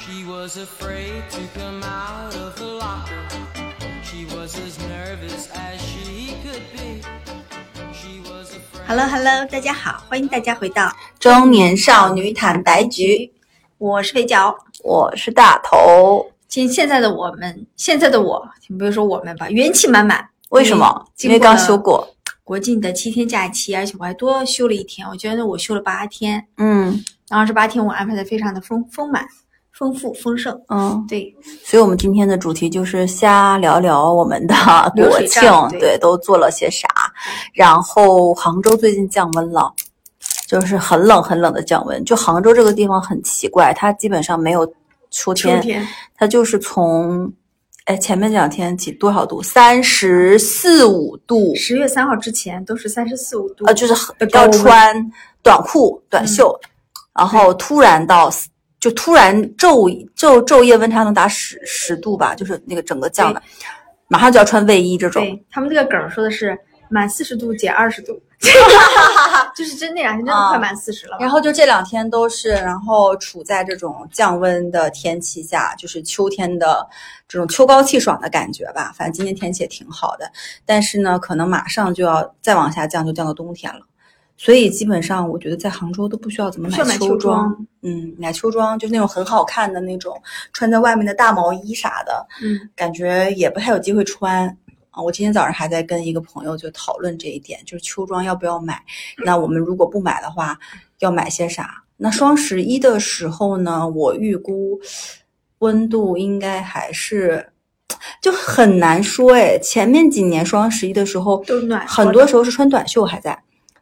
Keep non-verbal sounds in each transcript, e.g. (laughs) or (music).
She was afraid to come out of the locker. She was as nervous as she could be. She was afraid. Hello Hello，大家好，欢迎大家回到，中年少女坦白局，我是肥脚。我是大头。其实现在的我们，现在的我，你不要说我们吧，元气满满。为什么？因因为经过嗯了为刚休过。国庆的七天假期，而且我还多休了一天，我觉得我休了八天，嗯然后这八天我安排的非常的丰丰满、丰富、丰盛。嗯，对，所以我们今天的主题就是瞎聊聊我们的 (laughs) 流国水庆账，对对，都做了些啥。然后杭州最近降温了，就是很冷很冷的降温。就杭州这个地方很奇怪，它基本上没有秋秋天，天它就是从。哎，前面这两天几多少度？三十四五度，十月三号之前都是三十四五度，呃，就是很的高要温穿短裤、短袖，然后突然到就突然昼昼昼夜温差能达十十度吧，就是那个整个降的，马上就要穿卫衣这种。对他们这个梗儿说的是满四十度减二十度， (laughs) 就是真那两天真的快满四十了吧。然后就这两天都是，然后处在这种降温的天气下，就是秋天的这种秋高气爽的感觉吧。反正今天天气也挺好的，但是呢，可能马上就要再往下降，就降到冬天了。所以基本上，我觉得在杭州都不需要怎么不需要买秋秋装嗯，买秋装就是那种很好看的那种，穿在外面的大毛衣啥的，嗯，感觉也不太有机会穿啊。我今天早上还在跟一个朋友就讨论这一点，就是秋装要不要买。嗯那我们如果不买的话，要买些啥？那双十一的时候呢，我预估温度应该还是就很难说哎。前面几年双十一的时候，都暖和的很多时候是穿短袖还在，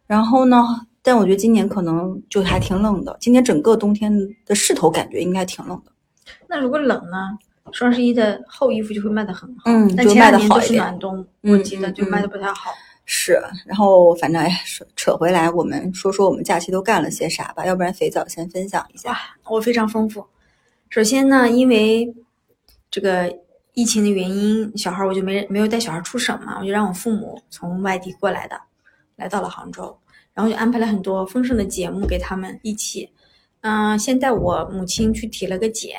然后呢，但我觉得今年可能就还挺冷的。今年整个冬天的势头感觉应该挺冷的。那如果冷呢？双十一的厚衣服就会卖的很好，嗯但就前两卖得年好都一是点暖冬，嗯我记得嗯就卖的嗯不太好。是，然后反正哎，扯扯回来，我们说说我们假期都干了些啥吧，要不然肥皂先分享一下。我非常丰富。首先呢，因为这个疫情的原因，小孩儿我就没没有带小孩儿出省嘛，我就让我父母从外地过来的，来到了杭州，然后就安排了很多丰盛的节目给他们一起。嗯、先带我母亲去体了个检，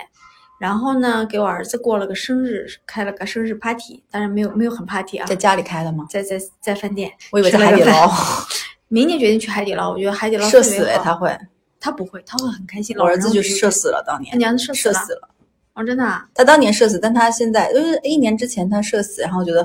然后呢，给我儿子过了个生日，开了个生日 party，当然没有没有很 party 啊在，家里开的吗？在在在饭店。我以为吃了在海个底饭捞，明年决定去海底捞，我觉得海底捞社氛围死哎，好他会。他不会，他会很开心。我老儿人子会就是去社死了，当哎，年你儿子社死社了？死了。哦，真的、啊。他当年社死，但他现在就是哎一年之前他社死，然后觉得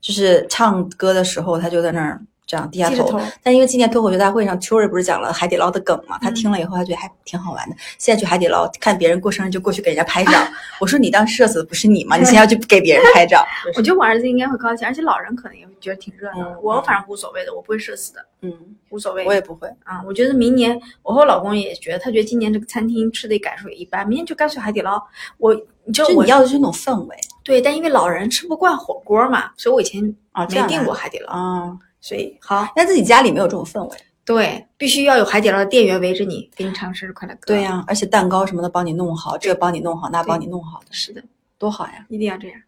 就是唱歌的时候他就在那儿这样低下低着头头。但因为今年脱口秀大会上秋儿不是讲了海底捞的梗嘛，他嗯听了以后他觉得还挺好玩的。现在去海底捞看别人过生日就过去给人家拍 (laughs) 照，我说你当时社死的不是你吗？你现在要去给别人拍 (laughs) 照，我觉得我儿子应该会高兴，而且老人可能也会觉得挺热闹的。嗯我反正无所谓的，我不会社死的，嗯，无所谓。我也不会。啊、我觉得明年我和我老公也觉得，他觉得今年这个餐厅吃的感受也一般，明年就干脆海底捞。我你知道就我你要的是那种氛围对，但因为老人吃不惯火锅嘛，所以我以前啊这没样订啊过海底捞，啊，所以好但自己家里没有这种氛围。对，必须要有海底捞的店员围着你，给你唱生日快乐歌。对、呀、而且蛋糕什么的帮你弄好，这帮你弄好，那对帮你弄好的，是的，多好呀！一定要这样。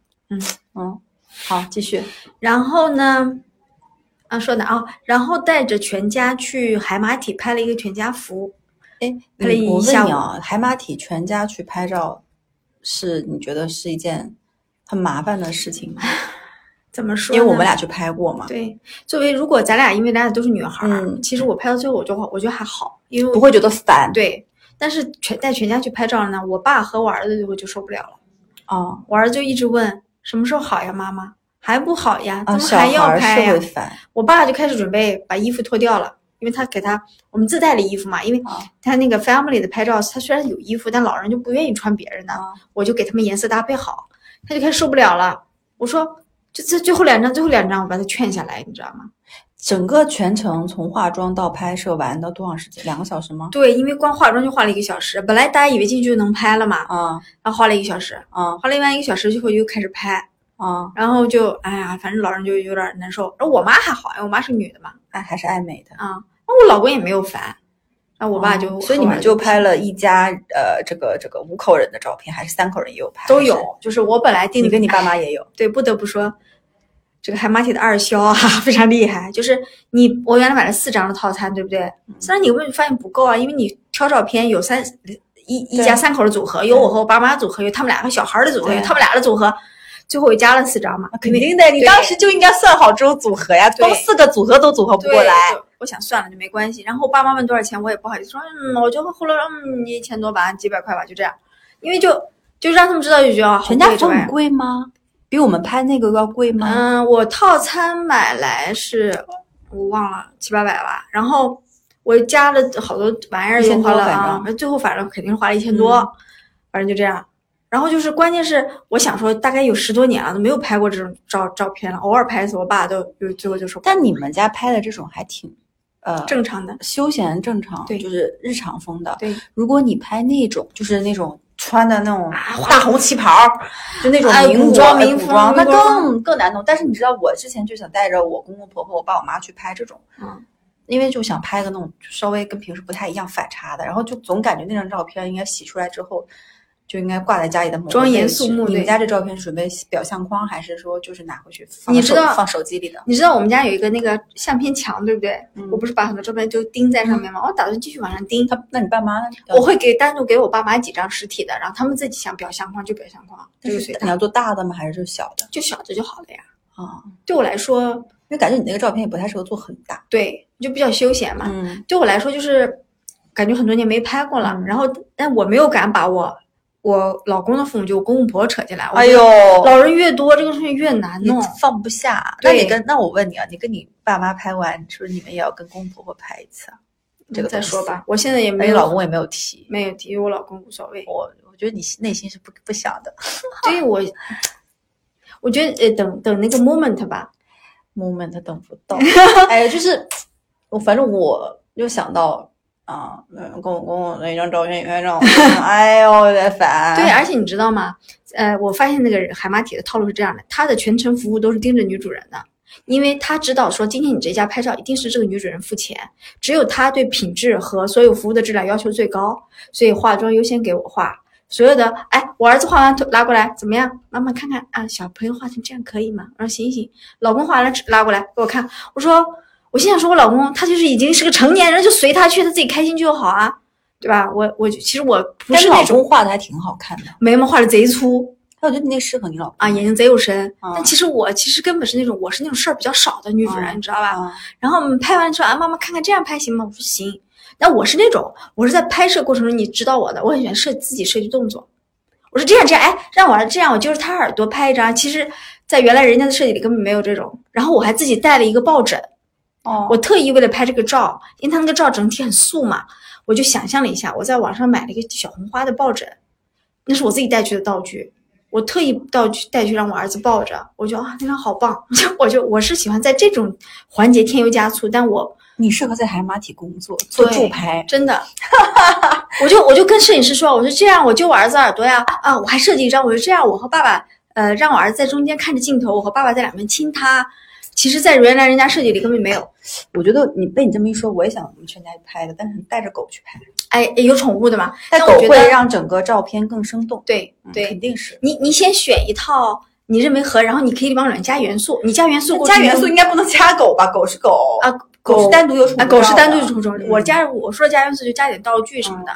嗯，好，继续。然后呢，啊说的啊、然后带着全家去海马体拍了一个全家福。哎，拍了嗯一我下问你午啊，海马体全家去拍照，是你觉得是一件很麻烦的事情吗？怎么 (laughs) 说因呢？为我们俩去拍过嘛，对，作为如果咱俩因为咱俩都是女孩儿，嗯其实我拍到最后我就我觉得还好，因为我不会觉得烦。对。但是全带全家去拍照呢，我爸和我儿子最后就受不了了，啊我儿子就一直问什么时候好呀，妈妈还不好呀，怎啊，么小还孩要儿拍是呀会？烦。我爸就开始准备把衣服脱掉了，因为他给他我们自带了衣服嘛，因为啊他那个 family 的拍照，他虽然有衣服，但老人就不愿意穿别人的，啊我就给他们颜色搭配好，他就开始受不了了。我说这这最后两张，最后两张我把他劝下来，你知道吗？整个全程从化妆到拍摄完到多长时间？两个小时吗？对，因为光化妆就化了一个小时，本来大家以为进去就能拍了嘛，啊然后花了一个小时，啊花了完一个小时之后又开始拍，啊！然后就哎呀，反正老人就有点难受。然后我妈还好，因为哎我妈是女的嘛，爱还是爱美的。啊、然后我老公也没有烦，然后我爸就、哦所以你们就拍了一家呃，这个这个五口人的照片，还是三口人也有拍？都还是。有，就是我本来定你的跟你爸妈也有对，不得不说，这个海马体的二销啊， (laughs) 非常厉害。就是你，嗯我原来买了四张的套餐，对不对？虽然你问发现不够啊，因为你挑照片有三一一家三口的组合，有我和我爸妈的组合，有他们俩和小孩儿的组合，对啊有他们俩的组合，最后我加了四张嘛，肯定的，你当时就应该算好这种组合呀，光对四个组合都组合不对过来。。就我想算了就没关系，然后我爸妈问多少钱，我也不好意思说，嗯，我就后来嗯一千多吧，几百块吧，就这样，因为就就让他们知道就觉得啊好全家贵这福玩意很儿贵吗？比我们拍那个要贵吗？嗯，我套餐买来是，我忘了七八百吧，然后我加了好多玩意儿，一又千花多了反嗯啊，最后反正肯定是花了一千多，反正就这样。然后就是，关键是我想说，大概有十多年了，都没有拍过这种照照片了，偶尔拍一次，我爸都就最后就说，但你们家拍的这种还挺，呃，正常的，休闲正常，对就是日常风的。对，如果你拍那种，就是那种穿的那种啊花大红旗袍儿，就那种哎民古国装哎民古风装，那民国风更更难弄。但是你知道，我之前就想带着我公公婆婆、我爸我妈去拍这种，嗯，因为就想拍个那种稍微跟平时不太一样反差的，然后就总感觉那张照片应该洗出来之后。就应该挂在家里的某个庄严位置肃穆你对们家这照片准备裱相框，还是说就是拿回去放你知手道啊放手机里的？你知道我们家有一个那个相片墙，对不对？嗯我不是把很多照片就钉在上面吗？我打算继续往上钉。他那你爸妈呢？我会给单独给我爸妈几张实体的，然后他们自己想裱相框就裱相框，就这个随是他你要做大的吗？还是就小的就小的就好了呀。啊？对我来说，因为感觉你那个照片也不太适合做很大。对，就比较休闲嘛。嗯，对我来说，就是感觉很多年没拍过了，嗯然后但我没有敢把我我老公的父母，就我公公婆婆扯进来。我哎觉呦得，老人越多，这个事情越难你弄。放不下。那你对跟那我问你啊，你跟你爸妈拍完，是不是你们也要跟公公婆婆拍一次啊？这个再东西说吧，，我现在也而没且有哎老公也没有提。没有提我老公无所谓，我我觉得你内心是不不想的。所以我 (laughs) 我觉得呃等等那个 moment 吧， moment 等不到， (laughs) 哎呀，就是我反正我就想到啊，嗯跟我公公那张照片一拍照， (laughs) 哎呦有点 (laughs) 烦。对，而且你知道吗？呃，我发现那个海马体的套路是这样的，他的全程服务都是盯着女主人的，因为他知道说今天你这家拍照一定是这个女主人付钱，只有他对品质和所有服务的质量要求最高，所以化妆优先给我化。所有的，哎，我儿子画完头拉过来怎么样？妈妈看看啊，小朋友画成这样可以吗？我说行行，老公画完纸拉过来给我看，我说我心想说我老公他就是已经是个成年人，就随他去，他自己开心就好啊，对吧？我我其实我不但是是那老种。公画的还挺好看的，眉毛画的贼粗哎我觉得你那适合你老公啊，眼睛贼有神。啊但其实我其实根本是那种我是那种事儿比较少的女主人，啊你知道吧？啊，然后我们拍完之后啊，妈妈看看这样拍行吗？我说行。但我是那种我是在拍摄过程中你知道我的，我很喜欢设自己设计动作。我说这样这样，哎，让我儿子这样，我揪着他耳朵拍一张。其实，在原来人家的设计里根本没有这种。然后我还自己带了一个抱枕，哦，我特意为了拍这个照，因为它那个照整体很素嘛，我就想象了一下，我在网上买了一个小红花的抱枕，那是我自己带去的道具，我特意道具带去让我儿子抱着，我觉得啊那张好棒， (laughs) 就我就我是喜欢在这种环节添油加醋，但我你适合在海马体工作，做对助拍。真的，我就我就跟摄影师说，我说这样我揪我儿子耳朵呀，啊，我还设计一张，我说这样我和爸爸，呃，让我儿子在中间看着镜头，我和爸爸在两边亲他，其实，在原来人家设计里根本没有。我觉得你被你这么一说，我也想我们全家拍的，但是带着狗去拍，哎，有宠物的嘛？带但狗我觉得会让整个照片更生动。对嗯对，肯定是。你你先选一套你认为合，然后你可以往里面加元素，你加元素过去加元素应该不能加狗吧？狗是狗啊，狗是单独有宠物啊，狗是照单独的有宠物照的嗯我加入我说的加元素就加点道具什么的，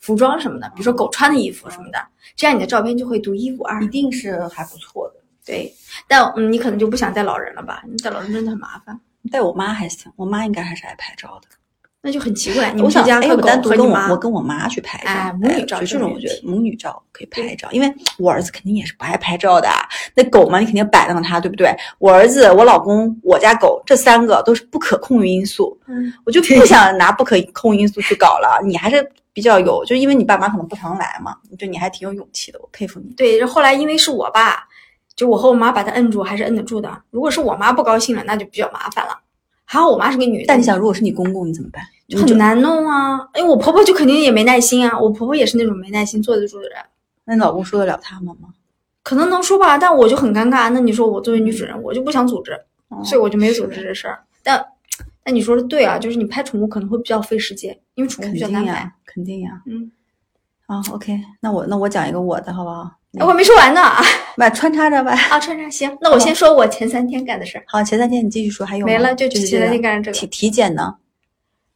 服装什么的，比如说狗穿的衣服什么的，这样你的照片就会独一无二一。定是还不错的。对，但嗯，你可能就不想带老人了吧？你带老人真的很麻烦，带我妈还行，我妈应该还是爱拍照的。那就很奇怪。你我们想，家哎，和我狗单独和跟你我妈我跟我妈去拍一张，哎母女照就这真种，没我觉问得母女照可以拍一张，因为我儿子肯定也是不爱拍照的啊。那狗嘛，你肯定摆弄它，对不对？我儿子、我老公、我家狗，这三个都是不可控因素，嗯我就不想拿不可控因素去搞了。你还是比较有，就因为你爸妈可能不常来嘛，就你还挺有勇气的，我佩服你。对，后来因为是我爸，就我和我妈把他摁住，还是摁得住的。如果是我妈不高兴了，那就比较麻烦了。还好我妈是个女的，但你想，如果是你公公，你怎么办？就你就很难弄啊。因为我婆婆就肯定也没耐心啊，我婆婆也是那种没耐心坐得住的人，那你老公说得了他们吗？可能能说吧，但我就很尴尬。那你说我作为女主人，我就不想组织，哦所以我就没组织这事儿。但但你说的对啊，就是你拍宠物可能会比较费时间，因为宠物肯比较难定买。呀，肯定呀。嗯，啊，OK，那我那我讲一个我的好不好？哎我还没说完呢啊！买穿插着吧。啊，穿上行， (laughs) 那我先说我前三天干的事儿，好，前三天你继续说，还有吗没了就就是前三天个干的这个体体检呢？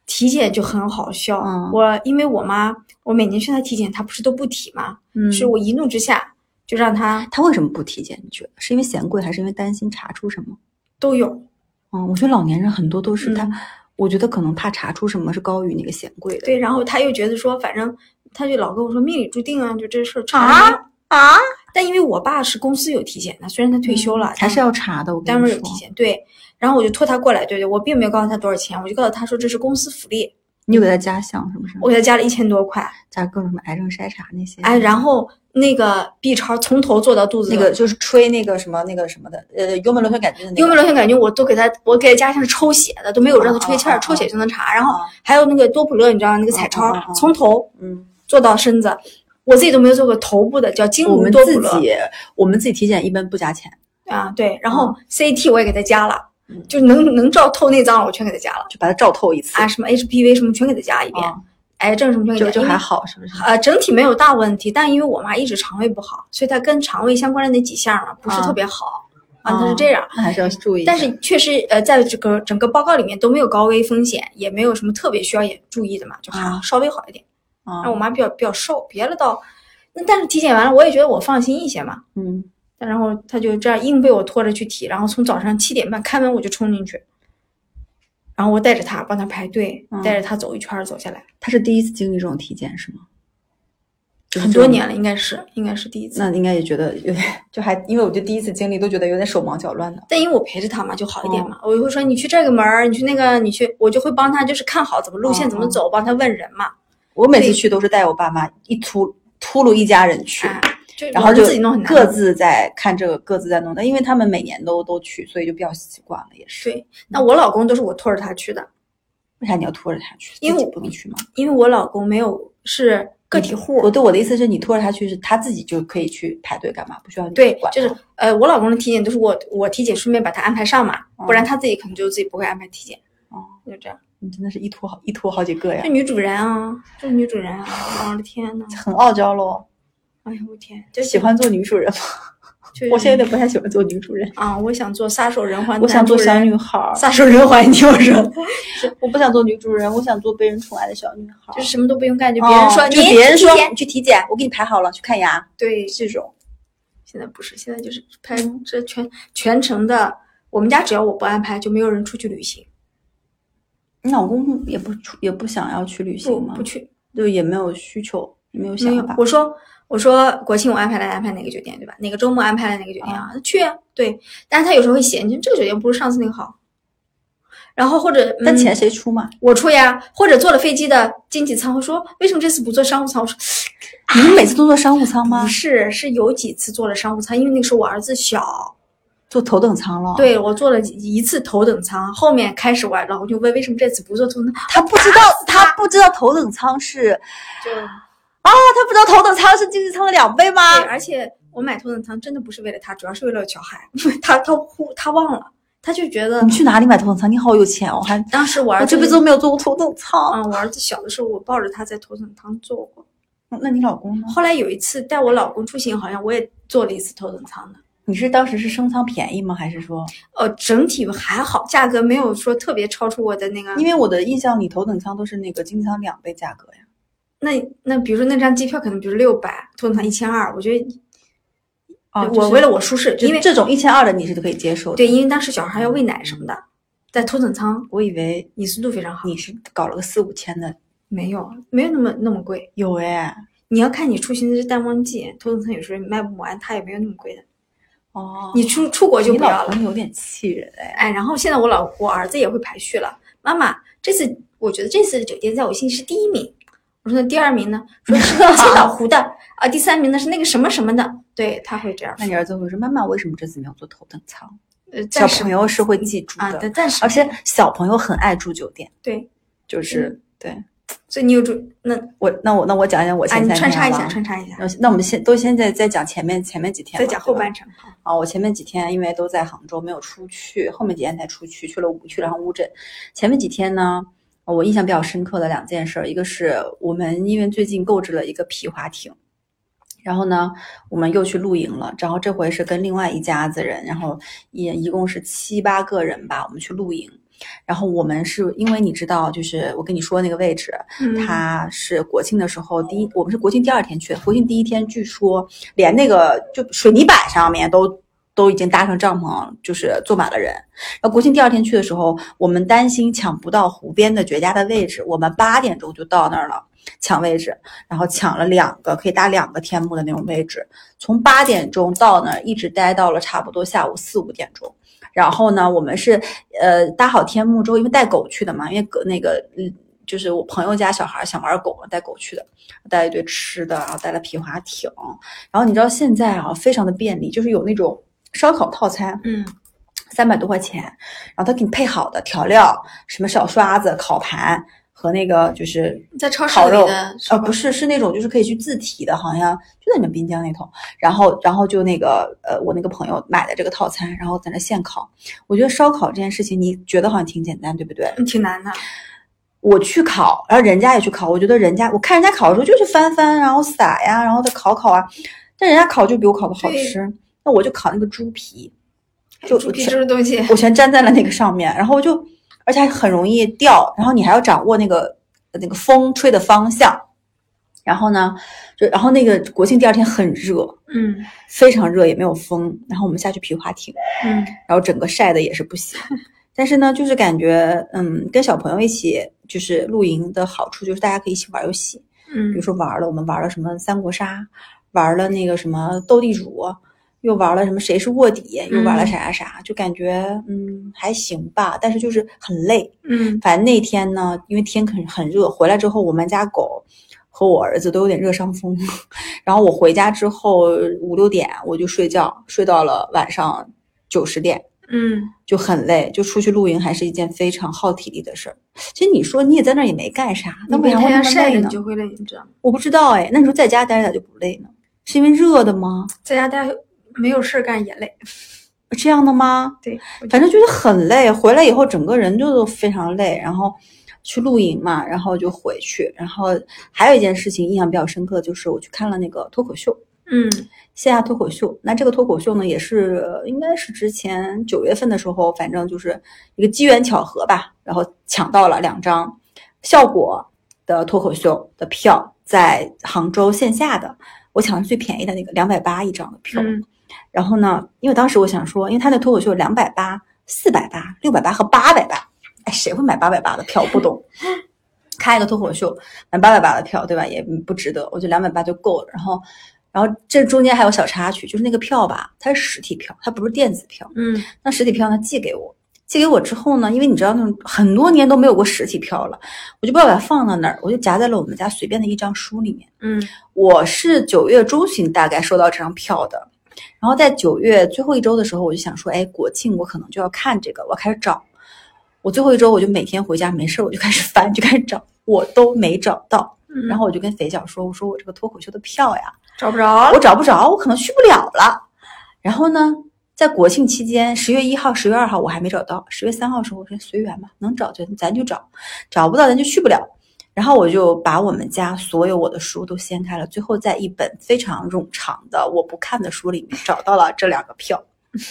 体检就很好笑。嗯我因为我妈，我每年去她体检，她不是都不体吗？嗯是我一怒之下就让她他为什么不体检？你觉得是因为嫌贵，还是因为担心查出什么？都有。嗯，我觉得老年人很多都是他，嗯我觉得可能怕查出什么是高于那个嫌贵的。对，然后她又觉得说，反正她就老跟我说命里注定啊，就这事儿查啊。啊，嗯但因为我爸是公司有体检的，虽然他退休了，还是要查的。我跟单你位说有体检。对，然后我就托他过来，对对，我并没有告诉他多少钱，我就告诉他说这是公司福利，你有给他加项是不是？我给他加了一千多块。加各种什么癌症筛查那些。哎，然后那个 B 超从头做到肚子，嗯那个就是吹那个什么那个什么的，呃，幽门螺旋杆菌的那个。幽门螺旋杆菌我都给他，我给他加上抽血的，都没有让他吹气哦哦儿，哦抽血就能查。然后哦还有那个多普勒，你知道那个彩超哦哦哦，从头嗯，做到身子，我自己都没有做过头部的，叫经我颅们多自普勒己我们自己体检一般不加钱，啊，对。然嗯后 CT 我也给他加了，就能能照透内脏了，我全给他加了就把它照透一次。啊，什么 HPV 什么全给他加一遍，啊，癌症什么全给就他加就因为还好，是不是？呃，整体没有大问题，但因为我妈一直肠胃不好，所以她跟肠胃相关的那几项啊不是啊特别好啊，啊她是这样。那还是要注意一下。但是确实，呃，在这个整个报告里面都没有高危风险，也没有什么特别需要也注意的嘛，就还啊稍微好一点。啊然后我妈比较比较瘦，别的倒，那但是体检完了，我也觉得我放心一些嘛。嗯，但然后她就这样硬被我拖着去体，然后从早上七点半开门我就冲进去，然后我带着她帮她排队，嗯带着她走一圈儿走下来，他是第一次经历这种体检是吗？就是很这多种年了，应该是应该是第一次。那应该也觉得有点，就还因为我觉得第一次经历都觉得有点手忙脚乱的。但因为我陪着他嘛，就好一点哦嘛。我就会说你去这个门儿，你去那个，你去，我就会帮他，就是看好怎么路线嗯怎么走，帮他问人嘛。我每次去都是带我爸妈一秃秃噜一家人去，哎，就然后就自己弄很难。各自在看这个，各自在弄的，因为他们每年都都去，所以就比较习惯了，也是。对，那我老公都是我拖着他去的，为啥你要拖着他去？因为自己我不能去吗？因为我老公没有是个体户我儿。对我的意思是你拖着他去，是他自己就可以去排队干嘛，不需要你对管，就他。是呃，我老公的体检都是我我体检，顺便把他安排上嘛，不然他自己可能就自己不会安排体检。哦，就这样。你真的是一拖好一拖好几个呀这，女主人啊，这女主人啊，我的天呐，很傲娇喽。哎呀，我天，就喜欢做女主人吗？就是我现在有点不太喜欢做女主人，啊，我想做撒手人寰，我想做小女，孩儿。撒手人寰，你听我说。我不想做女主人，我想做被人宠爱的小女 (laughs) 孩儿。就是什么都不用干，就就别人说、哦就你别人去说体检你去体检，我给你排好了，去看牙对，这种。现在不是，现在就是拍这全全程的。我们家只要我不安排，就没有人出去旅行，你老公也不出也不想要去旅不行吗不？去，就也没有需求，也没有没想有法。。嗯我说我说国庆我安排了安排哪个酒店对吧？哪个周末安排了哪个酒店啊？去啊，对。但是他有时候会嫌弃这个酒店不如上次那个好，然后或者但嗯钱谁出嘛？我出呀，或者坐了飞机的经济舱会说为什么这次不坐商务舱？我说你们每次都坐商务舱吗不？是，是有几次坐了商务舱，因为那个时候我儿子小，坐头等舱了？，对我坐了一次头等舱，后面开始我老公就问为什么这次不坐头等舱，他不知道，他不知道头等舱是就啊，他不知道头等舱是经济舱的两倍吗？对，而且我买头等舱真的不是为了他，主要是为了小孩， (laughs) 他他忽他忘了，他就觉得你去哪里买头等舱？你好有钱哦，我还当时我儿我子这辈子都没有坐过头等舱。啊、我儿子小的时候我抱着他在头等舱坐过，那你老公呢？后来有一次带我老公出行，好像我也坐了一次头等舱的。你是当时是升舱便宜吗？还是说，呃，整体还好，价格没有说特别超出我的那个。因为我的印象里头等舱都是那个经济舱两倍价格呀？那那比如说那张机票可能比如六百，头等舱一千二，我觉得啊，我为了我舒适，因因为为这种一千二的你是可以接受的。对，因为当时小孩要喂奶什么的，在头等舱嗯我以为隐私度非常好，你是搞了个四五千的，没有没有那么那么贵。有哎，你要看你出行的是淡旺季，头等舱有时候卖不完，它也没有那么贵的。哦你出出国就你不要老了。公有点气人哎，哎，然后现在我老我儿子也会排序了。妈妈，这次我觉得这次的酒店在我心里是第一名。我说那第二名呢？说 (laughs) 是青岛湖的啊，第三名呢是那个什么什么的。对他会这样那说。你儿子会说妈妈为什么这次没有坐头等舱？呃，小暂时朋友是会记住啊，的，但暂时而且小朋友很爱住酒店，对，嗯就是对所以你有注那我那我那我讲一讲我啊，前你三穿天插一好下，吧穿插一下，那那我们先都先在在讲前面前面几天吧，再讲后对吧半程。啊，我前面几天因为都在杭州没有出去，后面几天才出去，去了乌去了趟乌镇。前面几天呢，我印象比较深刻的两件事，一个是我们因为最近购置了一个皮划艇，然后呢，我们又去露营了，然后这回是跟另外一家子人，然后也一共是七八个人吧，我们去露营。然后我们是因为你知道，就是我跟你说那个位置，他它是国庆的时候第一，我们是国庆第二天去的，国庆第一天据说连那个就水泥板上面都都已经搭上帐篷，就是坐满了人。然后国庆第二天去的时候，我们担心抢不到湖边的绝佳的位置，我们八点钟就到那儿了。抢位置，然后抢了两个可以搭两个天幕的那种位置，从八点钟到那儿一直待到了差不多下午四五点钟。然后呢，我们是呃搭好天幕之后，因为带狗去的嘛，因为狗那个嗯就是我朋友家小孩想玩狗嘛，带狗去的，带了一堆吃的，然后带了皮划艇。然后你知道现在啊，非常的便利，就是有那种烧烤套餐，嗯三百多块钱，然后他给你配好的调料，什么小刷子、烤盘和那个就是在超市烤里肉的呃，不是，是那种就是可以去自提的，好像就在你们滨江那头。然后，然后就那个呃，我那个朋友买的这个套餐，然后在那现烤。我觉得烧烤这件事情，你觉得好像挺简单，对不对？嗯挺难的，我去烤，然后人家也去烤，我觉得人家，我看人家烤的时候就是翻翻，然后撒呀，然后再烤烤啊，但人家烤就比我烤的好对吃。那我就烤那个猪皮，就猪皮这种东西，我全粘在了那个上面，然后我就，而且还很容易掉，然后你还要掌握那个那个风吹的方向，然后呢，就然后那个国庆第二天很热，嗯非常热，也没有风，然后我们下去皮划艇，嗯，然后整个晒的也是不行，但是呢，就是感觉嗯，跟小朋友一起就是露营的好处就是大家可以一起玩游戏，嗯比如说玩了我们玩了什么三国杀，玩了那个什么斗地主，又玩了什么谁是卧底，又玩了嗯啥啥啥，就感觉嗯还行吧，但是就是很累。嗯反正那天呢，因为天很很热，回来之后我们家狗和我儿子都有点热伤风， (laughs) 然后我回家之后五六点我就睡觉，睡到了晚上九十点。嗯，就很累，就出去露营还是一件非常耗体力的事儿。其实你说你也在那儿也没干啥，那为啥太会那阳么晒累着你呢？就会累，你知道吗？我不知道哎，那你说在家待着咋就不累呢？是因为热的吗？在家待没有事儿干也累，这样的吗？对，我反正就是很累，回来以后整个人就非常累，然后去露营嘛，然后就回去，然后还有一件事情印象比较深刻，就是我去看了那个脱口秀，嗯线下脱口秀。那这个脱口秀呢，也是呃应该是之前九月份的时候，反正就是一个机缘巧合吧，然后抢到了两张效果的脱口秀的票，在杭州线下的，我抢的是最便宜的那个两百八一张的票。嗯然后呢，因为当时我想说，因为他那脱口秀两百八、四百八、六百八和八百八，哎，谁会买八百八的票？我不懂。开一个脱口秀，买八百八的票，对吧？也不值得，我觉得两百八就够了。然后，然后这中间还有小插曲，就是那个票吧，它是实体票，它不是电子票。嗯那实体票呢寄给我，寄给我之后呢，因为你知道那种很多年都没有过实体票了，我就不知道把它放到哪儿，我就夹在了我们家随便的一张书里面。嗯我是九月中旬大概收到这张票的，然后在九月最后一周的时候，我就想说，哎，国庆我可能就要看这个，我开始找。我最后一周我就每天回家没事儿我就开始翻，就开始找，我都没找到。嗯，然后我就跟肥脚说，我说我这个脱口秀的票呀，找不着了，我找不着，我可能去不了了。然后呢，在国庆期间，十月一号、十月二号我还没找到，十月三号的时候我说随缘吧，能找就咱就找，找不到咱就去不了。然后我就把我们家所有我的书都掀开了，最后在一本非常冗长的我不看的书里面找到了这两个票。 (laughs)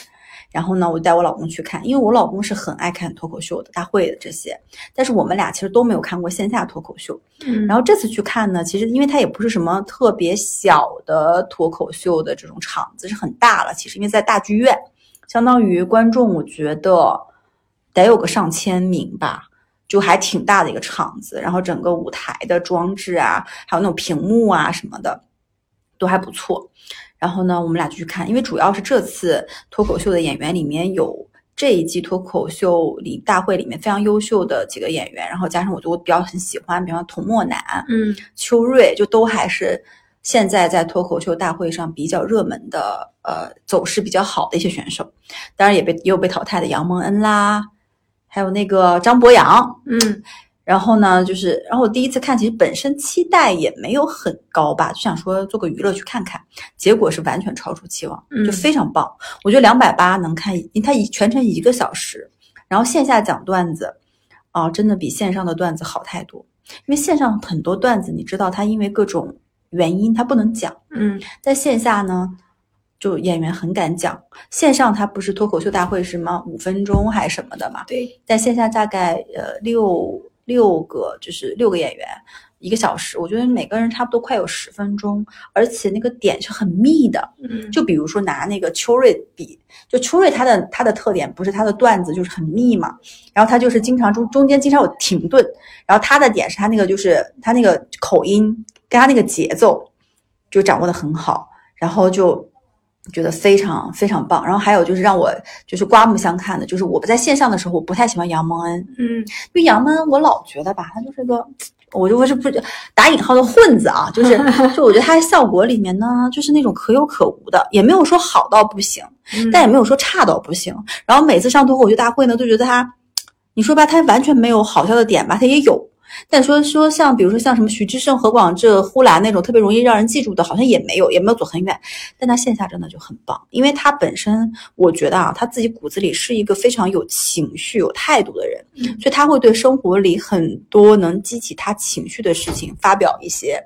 然后呢，我带我老公去看，因为我老公是很爱看脱口秀的、大会的这些，但是我们俩其实都没有看过线下脱口秀。嗯然后这次去看呢，其实因为它也不是什么特别小的脱口秀的这种场子，是很大了。其实因为在大剧院，相当于观众，我觉得得有个上千名吧，就还挺大的一个场子。然后整个舞台的装置啊，还有那种屏幕啊什么的，都还不错。然后呢，我们俩就去看，因为主要是这次脱口秀的演员里面有。这一季脱口秀里大会里面非常优秀的几个演员，然后加上我就比较很喜欢，比方说童漠南，嗯秋瑞，就都还是现在在脱口秀大会上比较热门的，呃，走势比较好的一些选手。当然也被也有被淘汰的杨蒙恩啦，还有那个张博洋。嗯然后呢，就是，然后我第一次看，其实本身期待也没有很高吧，就想说做个娱乐去看看，结果是完全超出期望，嗯就非常棒。我觉得两百八能看，因为它一全程一个小时，然后线下讲段子，啊，真的比线上的段子好太多。因为线上很多段子，你知道，它因为各种原因它不能讲，嗯在线下呢，就演员很敢讲，线上他不是脱口秀大会是吗？五分钟还是什么的嘛？对，在线下大概呃六六个就是六个演员一个小时，我觉得每个人差不多快有十分钟，而且那个点是很密的。嗯，就比如说拿那个秋瑞比，就秋瑞他的他的特点不是他的段子就是很密嘛，然后他就是经常中中间经常有停顿，然后他的点是他那个就是他那个口音跟他那个节奏就掌握的很好，然后就觉得非常非常棒。然后还有就是让我就是刮目相看的，就是我不在线上的时候，我不太喜欢杨蒙恩，嗯，因为杨蒙恩我老觉得吧，他就是个。我就我是不打引号的混子啊，就是就我觉得他在效果里面呢，就是那种可有可无的，也没有说好到不行，嗯但也没有说差到不行。然后每次上脱口秀大会呢，就觉得他，你说吧，他完全没有好笑的点吧，他也有。但说说像比如说像什么徐志胜、何广智、呼兰那种特别容易让人记住的，好像也没有，也没有走很远。但他线下真的就很棒，因为他本身我觉得啊，他自己骨子里是一个非常有情绪、有态度的人，嗯所以他会对生活里很多能激起他情绪的事情发表一些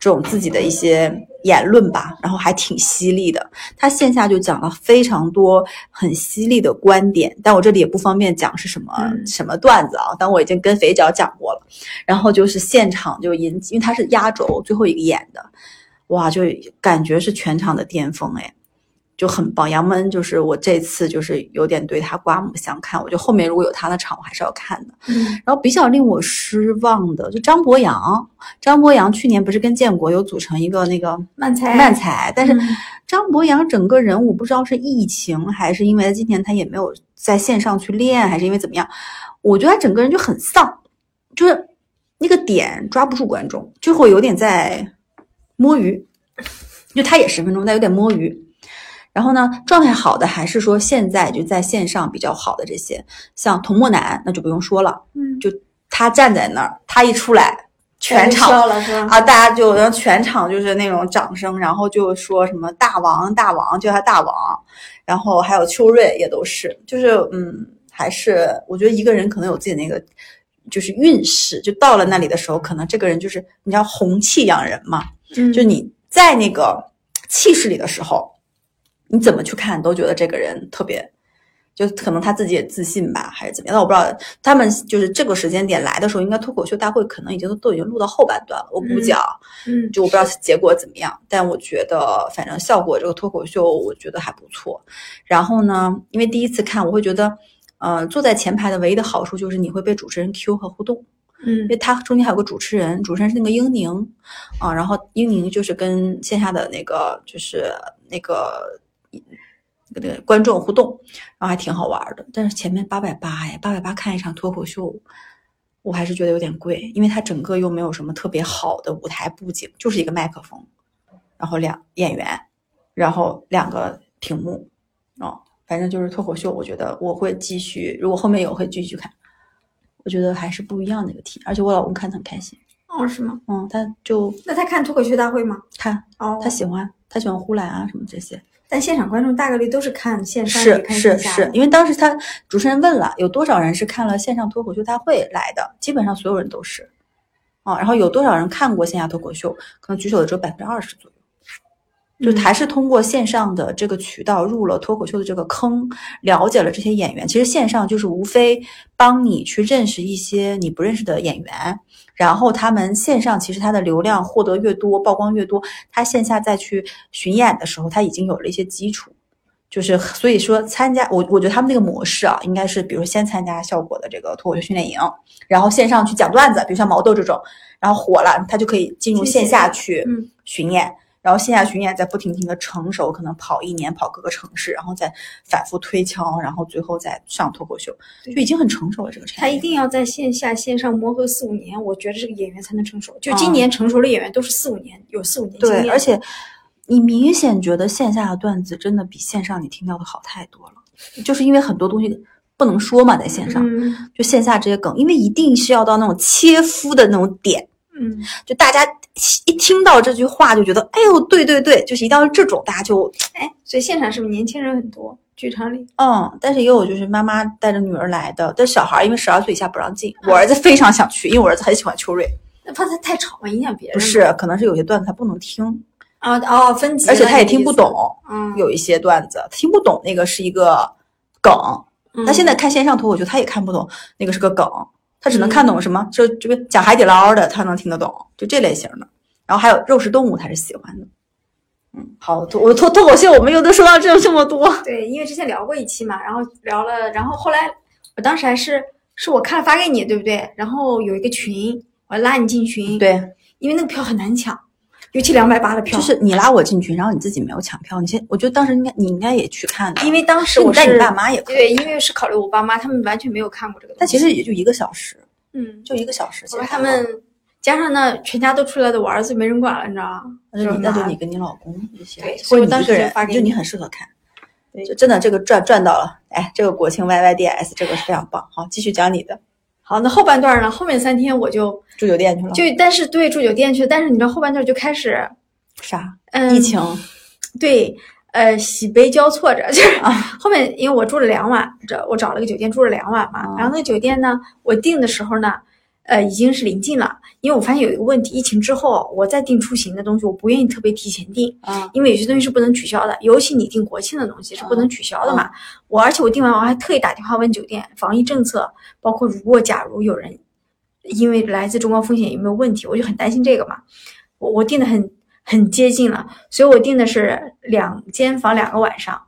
这种自己的一些言论吧，然后还挺犀利的。他线下就讲了非常多很犀利的观点，但我这里也不方便讲是什么、嗯什么段子啊，但我已经跟肥脚讲过了。然后就是现场就引起，因为他是压轴最后一个演的，哇，就感觉是全场的巅峰哎。就很棒，杨门就是我这次就是有点对他刮目相看，我觉得后面如果有他的场，我还是要看的。嗯然后比较令我失望的，就张博洋，张博洋去年不是跟建国有组成一个那个慢才漫才，但是嗯张博洋整个人我不知道是疫情还是因为今年他也没有在线上去练，还是因为怎么样，我觉得他整个人就很丧，就是那个点抓不住观众，就会有点在摸鱼，就他也十分钟，但有点摸鱼。然后呢，状态好的还是说现在就在线上比较好的这些，像童漠男那就不用说了，嗯，就他站在那儿，他一出来，全大家场笑了是吧？啊，大家就然后全场就是那种掌声，然后就说什么大王大王，叫他大王，然后还有秋瑞也都是，就是嗯，还是我觉得一个人可能有自己那个就是运势，就到了那里的时候，可能这个人就是你知道红气养人嘛，嗯就你在那个气势里的时候，你怎么去看都觉得这个人特别，就可能他自己也自信吧，还是怎么样？但我不知道他们就是这个时间点来的时候，应该脱口秀大会可能已经都都已经录到后半段了，我估计啊，嗯就我不知道结果怎么样，但我觉得反正效果这个脱口秀我觉得还不错。然后呢，因为第一次看，我会觉得。呃，坐在前排的唯一的好处就是你会被主持人 Q 和互动，因嗯为它中间还有个主持人，主持人是那个英宁啊，然后英宁就是跟线下的那个就是那个那个观众互动，然后还挺好玩的。但是前面八百八哎，八百八看一场脱口秀，我还是觉得有点贵，因为它整个又没有什么特别好的舞台布景，就是一个麦克风，然后两演员，然后两个屏幕，哦，反正就是脱口秀，我觉得我会继续，如果后面有会继续看。我觉得还是不一样的一个体验，而且我老公看得很开心，哦是吗？嗯，他就那他看脱口秀大会吗？看哦，他喜欢，他喜欢呼兰啊什么这些，但现场观众大概率都是看线上也是看是线下是，的，因为当时他主持人问了，有多少人是看了线上脱口秀大会来的，基本上所有人都是，啊，然后有多少人看过线下脱口秀，可能举手的只有百分之二十左右。就嗯还是通过线上的这个渠道入了脱口秀的这个坑，了解了这些演员。其实线上就是无非帮你去认识一些你不认识的演员，然后他们线上其实他的流量获得越多，曝光越多，他线下再去巡演的时候，他已经有了一些基础。就是所以说参加我，我觉得他们那个模式啊，应该是比如先参加效果的这个脱口秀训练营，然后线上去讲段子，比如像毛豆这种，然后火了，他就可以进入进线线下下去嗯巡演，然后线下巡演再不停停的成熟，可能跑一年，跑各个城市，然后再反复推敲，然后最后再上脱口秀，就对已经很成熟了这个产他业。一定要在线下线上磨合四五年，我觉得这个演员才能成熟。就啊今年成熟的演员都是四五年，有四五年经验对，的，而且你明显觉得线下的段子真的比线上你听到的好太多了，就是因为很多东西不能说嘛，在线上，嗯就线下这些梗，因为一定是要到那种切肤的那种点，嗯就大家一听到这句话就觉得，哎呦，对对对，就是一定要这种，大家就哎，所以现场是不是年轻人很多？剧场里嗯，但是也有就是妈妈带着女儿来的，但小孩儿因为十二岁以下不让进。我儿子非常想去，因为我儿子很喜欢秋瑞，那怕他太吵了，影响别人。不，是，可能是有些段子他不能听，啊哦，分级，而且他也听不，懂，嗯，有一些段子他听不懂那个是一个梗，嗯，他现在看线上脱口秀他也看不懂那个是个梗，他只能看懂什么，就这边讲海底捞的他能听得懂，就这类型的。然后还有肉食动物他是喜欢的。嗯，好，脱我脱脱口秀我们又都说到这这么多， (laughs) 对，因为之前聊过一期嘛，然后聊了，然后后来我当时还是是我看了发给你，对不对？然后有一个群，我拉你进群，，对，因为那个票很难抢，尤其两百八的票，就是你拉我进群，然后你自己没有抢票，你先，我觉得当时应该你应该也去看的，因为当时你我带是你爸妈也可以，对，因为是考虑我爸妈，他们完全没有看过这个东但西，其实也就一个小时，嗯，就一个小时。我说他们加上那全家都出来的，我儿子没人管了，你知道吗？那就就你那麻就烦你跟你老公一起对，所或以者我当你一个时就人发，给就你你很适合看，对就真的这个赚赚到了，哎，这个国庆 Y Y D S 这个是非常棒。好，继续讲你的好，那后半段呢？后面三天我就住酒店去了，就，但是对住酒店去，但是你知道后半段就开始，啥嗯，疫情对，呃，喜悲交错着， (laughs) 就是啊后面因为我住了两晚，这我找了个酒店住了两晚嘛，哦然后那个酒店呢，我订的时候呢，呃，已经是临近了，因为我发现有一个问题，疫情之后我再订出行的东西，我不愿意特别提前订，啊，因为有些东西是不能取消的，尤其你订国庆的东西是不能取消的嘛。嗯我而且我订完我还特意打电话问酒店防疫政策，包括如果假如有人因为来自中高风险有没有问题，我就很担心这个嘛。我我订的很很接近了，所以我订的是两间房两个晚上，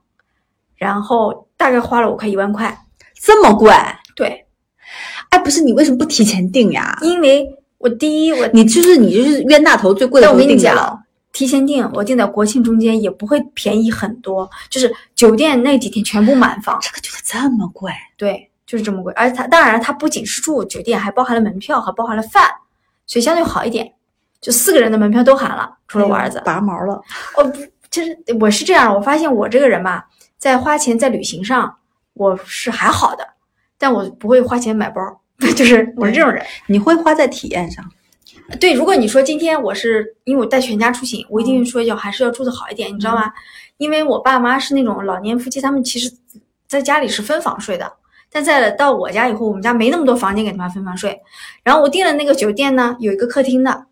然后大概花了我快一万块。这么贵？对，哎，不是你为什么不提前订呀？因为我第一我你就是你就是冤大头最贵的但我时候跟你订讲的了，，提前订我订在国庆中间也不会便宜很多，就是酒店那几天全部满房。这个就得这么贵。对，就是这么贵。而且它当然，它不仅是住酒店，还包含了门票，还包含了饭，所以相对好一点。就四个人的门票都含了，除了我儿子。哎拔毛了，哦，不，就是我是这样，我发现我这个人吧，在花钱在旅行上我是还好的，但我不会花钱买包， (laughs) 就是我是这种人。你会花在体验上。对，如果你说今天我是因为我带全家出行，我一定说要还是要住的好一点，你知道吗？因为我爸妈是那种老年夫妻，他们其实在家里是分房睡的，但在到我家以后，我们家没那么多房间给他们分房睡。然后我订了那个酒店呢，有一个客厅的，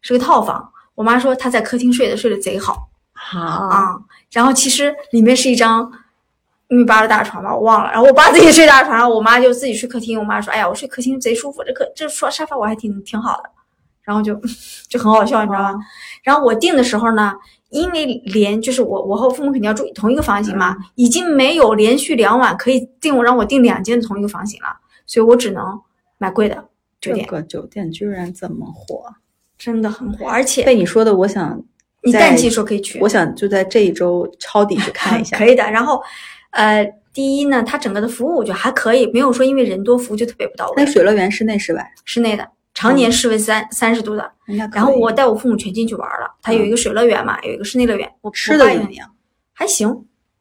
是个套房。我妈说她在客厅睡的，睡得贼好好，啊、然后其实里面是一张一米八的大床吧，我忘了。然后我爸自己睡大床，然后我妈就自己睡客厅。我妈说：“哎呀，我睡客厅贼舒服，这客这刷沙发我还挺挺好的。”然后就 (laughs) 就很好笑，你知道吗？嗯然后我订的时候呢，因为连就是我我和我父母肯定要住同一个房型嘛，嗯已经没有连续两晚可以订我让我订两间同一个房型了，所以我只能买贵的酒这店，个酒店居然这么火，真的很火。而且被你说的，我想你在淡季的时候可以去，我想就在这一周抄底去看一嗯下。(laughs) 可以的。然后，呃，第一呢，它整个的服务我觉得还可以，没有说因为人多服务就特别不到那位。水乐园室内室外，室内的常年室温三三十度的，人嗯家可以嗯然后我带我父母全进去玩了。它有一个水乐园嘛，有一个室内乐园。我吃我的爸也怎么样？还行，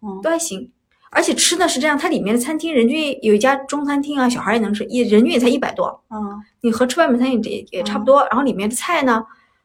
嗯都还行。而且吃呢是这样，它里面的餐厅人均有一家中餐厅啊，小孩也能吃，也人均也才一百多，嗯，你和吃外面餐厅也也差哦不多。然后里面的菜呢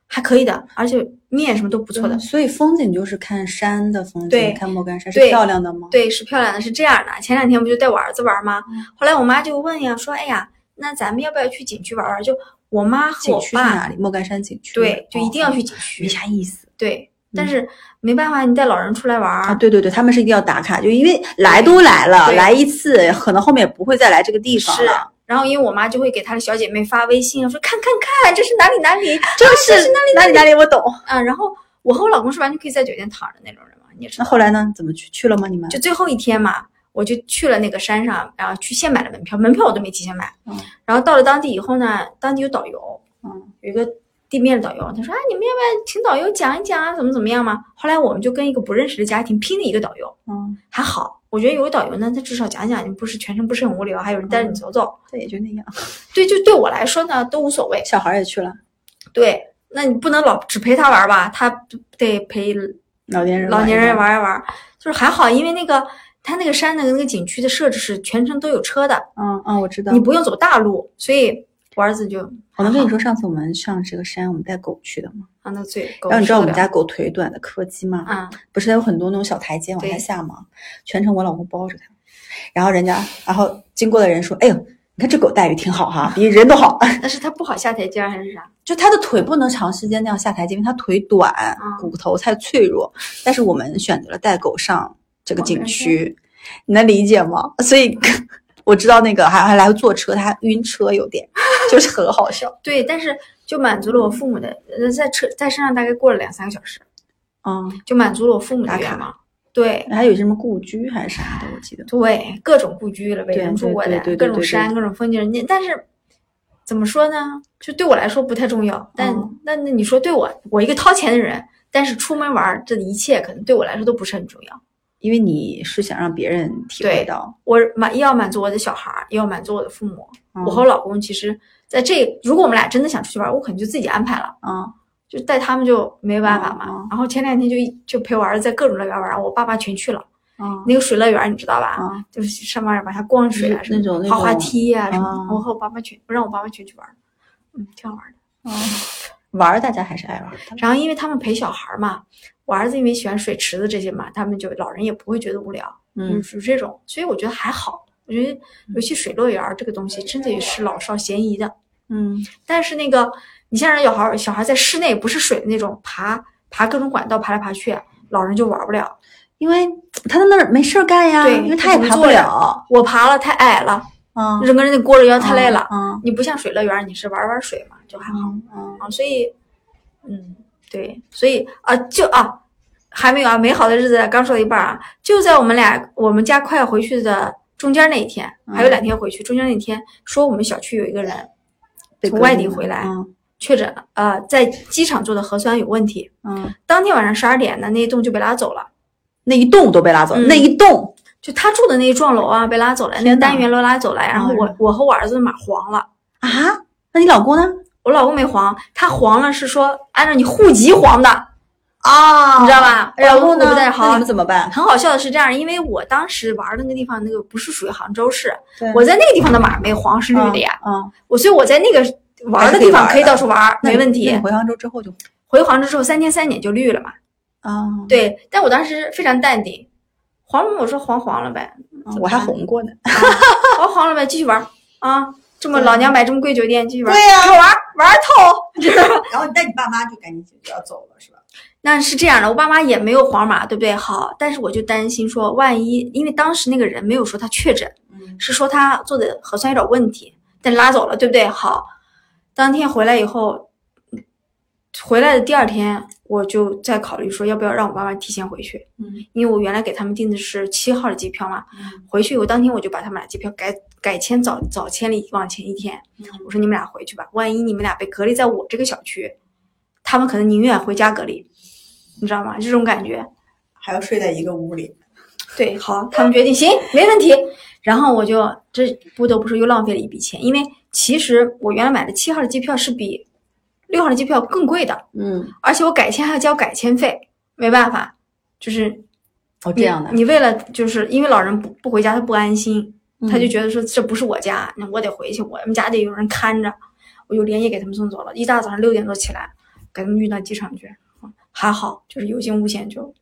还可以的，而且面什么都不错的。嗯所以风景就是看山的风对景，看莫干山是对漂亮的吗？，对，是漂亮的，是这样的。前两天不就带我儿子玩吗？嗯后来我妈就问呀，说：“哎呀，那咱们要不要去景区玩玩？”就我妈和景我区是爸哪，里？莫干山景区。对，就一定要去哦，景区。没啥意思对，但是没办法，你带老人出来玩啊！儿，对对对，他们是一定要打卡，就因为来都来了，对来一次可能后面也不会再来这个地方是啊了。。然后因为我妈就会给她的小姐妹发微信啊，说：“看看看，这是哪里哪里就是哪里哪里，我懂。啊！”然后我和我老公是完全可以在酒店躺着那种人嘛，你也知那 (laughs) 道。后来呢？怎么去？去了吗？你们？就最后一天嘛，我就去了那个山上，然后去现买了门票，门票我都没提前买。嗯然后到了当地以后呢，当地有导游，嗯，有一个地面的导游，他说啊，你们要不要请导游讲一讲啊，怎么怎么样嘛？后来我们就跟一个不认识的家庭拼了一个导游，嗯，还好，我觉得有个导游呢，他至少讲讲，你不是全程不是很无聊，还有人带嗯着你走走。这也就那样。对，就对我来说呢，都无所谓。小孩儿也去了，对，那你不能老只陪他玩吧，他得陪老年人老年人玩玩一玩，就是还好，因为那个他那个山的那个景区的设置是全程都有车的，一玩。嗯嗯，我知道你。不用走大路，所以我儿子就我能跟你说，上次我们上这个山，我们带狗去的嘛。啊，那最然后你知道我们家狗腿短的柯基吗？啊， (laughs) 不是它有很多那种小台阶往对下下吗？全程我老公包着它，然后人家，然后经过的人说：“哎呦，你看这狗待遇挺好哈、比人都好。但是他不好下台阶儿还是啥？”就他的腿不能长时间那样下台阶，因为他腿短，嗯骨头太脆弱。但是我们选择了带狗上这个景区，你能理解吗？所以我知道那个还还来坐车，他晕车有点， (laughs) 就是很好笑。对，但是就满足了我父母的，呃，在车在山上大概过了两三个小时，嗯，就满足了我父母打的卡愿望。对还有什么故居还是啥的，我记得。对，各种故居了，伟对人住对过对的对对，各对种对山，各种风景，你但是怎么说呢？就对我来说不太重要，但嗯那那你说对我，我一个掏钱的人，但是出门玩儿这一切可能对我来说都不是很重要。因为你是想让别人体会对到，我满要满足我的小孩儿，也要满足我的父母。嗯我和我老公其实在这，如果我们俩真的想出去玩儿，我可能就自己安排了，嗯就带他们就没办法嘛。嗯嗯然后前两天就一就陪我儿子在各种乐园玩儿，我爸爸全去了。嗯，那个水乐园你知道吧？嗯就是上面往下逛水啊，就什是么那种那滑滑种梯呀、什么的。嗯我和我爸妈全，我让我爸妈全去玩儿，嗯，挺好玩的。玩儿大家还是爱玩儿的，然后因为他们陪小孩儿嘛，我儿子因为喜欢水池子这些嘛，他们就老人也不会觉得无聊。嗯，嗯属于这种，所以我觉得还好。我觉得，尤其水乐园儿这个东西，真的也是老少咸宜的。嗯但是那个，你像让小孩儿小孩儿在室内，不是水的那种爬爬各种管道爬来爬去，啊老人就玩儿不了。因为他在那儿没事儿干呀，对因为他也他爬不不坐着了，我爬了太矮了，嗯，整个人得弓着腰太累了。嗯你不像水乐园儿，你是玩儿玩儿水嘛，就还好嗯嗯，啊。所以，嗯，对，所以啊，就啊，还没有啊，美好的日子刚说到一半儿啊，就在我们俩我们家快要回去的中间那一天，还有两嗯天回去，中间那天说我们小区有一个人被从隔外离地了回来嗯确诊了，呃，在机场做的核酸有问题，嗯，当天晚上十二点呢，那一栋就被拉走了。那一栋都被拉走，嗯那一栋，就他住的那一幢楼啊，被拉走了，那天个哪嗯单元楼拉走了，然后我我和我儿子马黄了，啊，那你老公呢？我老公没黄，他黄了是说按照你户籍黄的，啊你知道吧？然后我呢？嗯不在那你杭们，怎么办？很好笑的是这样，因为我当时玩那个地方那个不是属于杭州市， (laughs) 对我在那个地方的码没黄是绿的呀，嗯，嗯，我所以我在那个玩的地方可以到处玩，没那你问那题你。回杭州之后就回杭州之后三天三夜就绿了嘛，啊，，对，但我当时非常淡定，黄了我说黄黄了呗，怎我么还办红过呢。好黄了呗，继续玩儿啊！这么对老娘买这么贵酒店，继续玩儿。呀，玩儿玩儿 (laughs) 透，知道吗？然后你带你爸妈就赶紧就要走了，是吧？那是这样的，我爸妈也没有黄码，对不对？好，但是我就担心说，万一因为当时那个人没有说他确诊，嗯是说他做的核酸有点问题，但拉走了，对不对？好，当天回来以后，回来的第二天我就在考虑说，要不要让我爸妈提前回去，嗯因为我原来给他们订的是七号的机票嘛，回去以后当天我就把他们俩机票改改签早早签了一往前一天。我说你们俩回去吧，万一你们俩被隔离在我这个小区，他们可能宁愿回家隔离，你知道吗？这种感觉。还要睡在一个屋里。对，好，他们决定行，没问题。然后我就这不得不说又浪费了一笔钱，因为其实我原来买的七号的机票是比六号的机票更贵的，嗯，而且我改签还要交改签费，没办法，就是哦，你这样的，你为了就是因为老人不不回家，他不安心，他就嗯觉得说这不是我家，那我得回去，我们家得有人看着。我就连夜给他们送走了，一大早上六点多起来，给他们运到机场去。啊还好，就是有惊无险就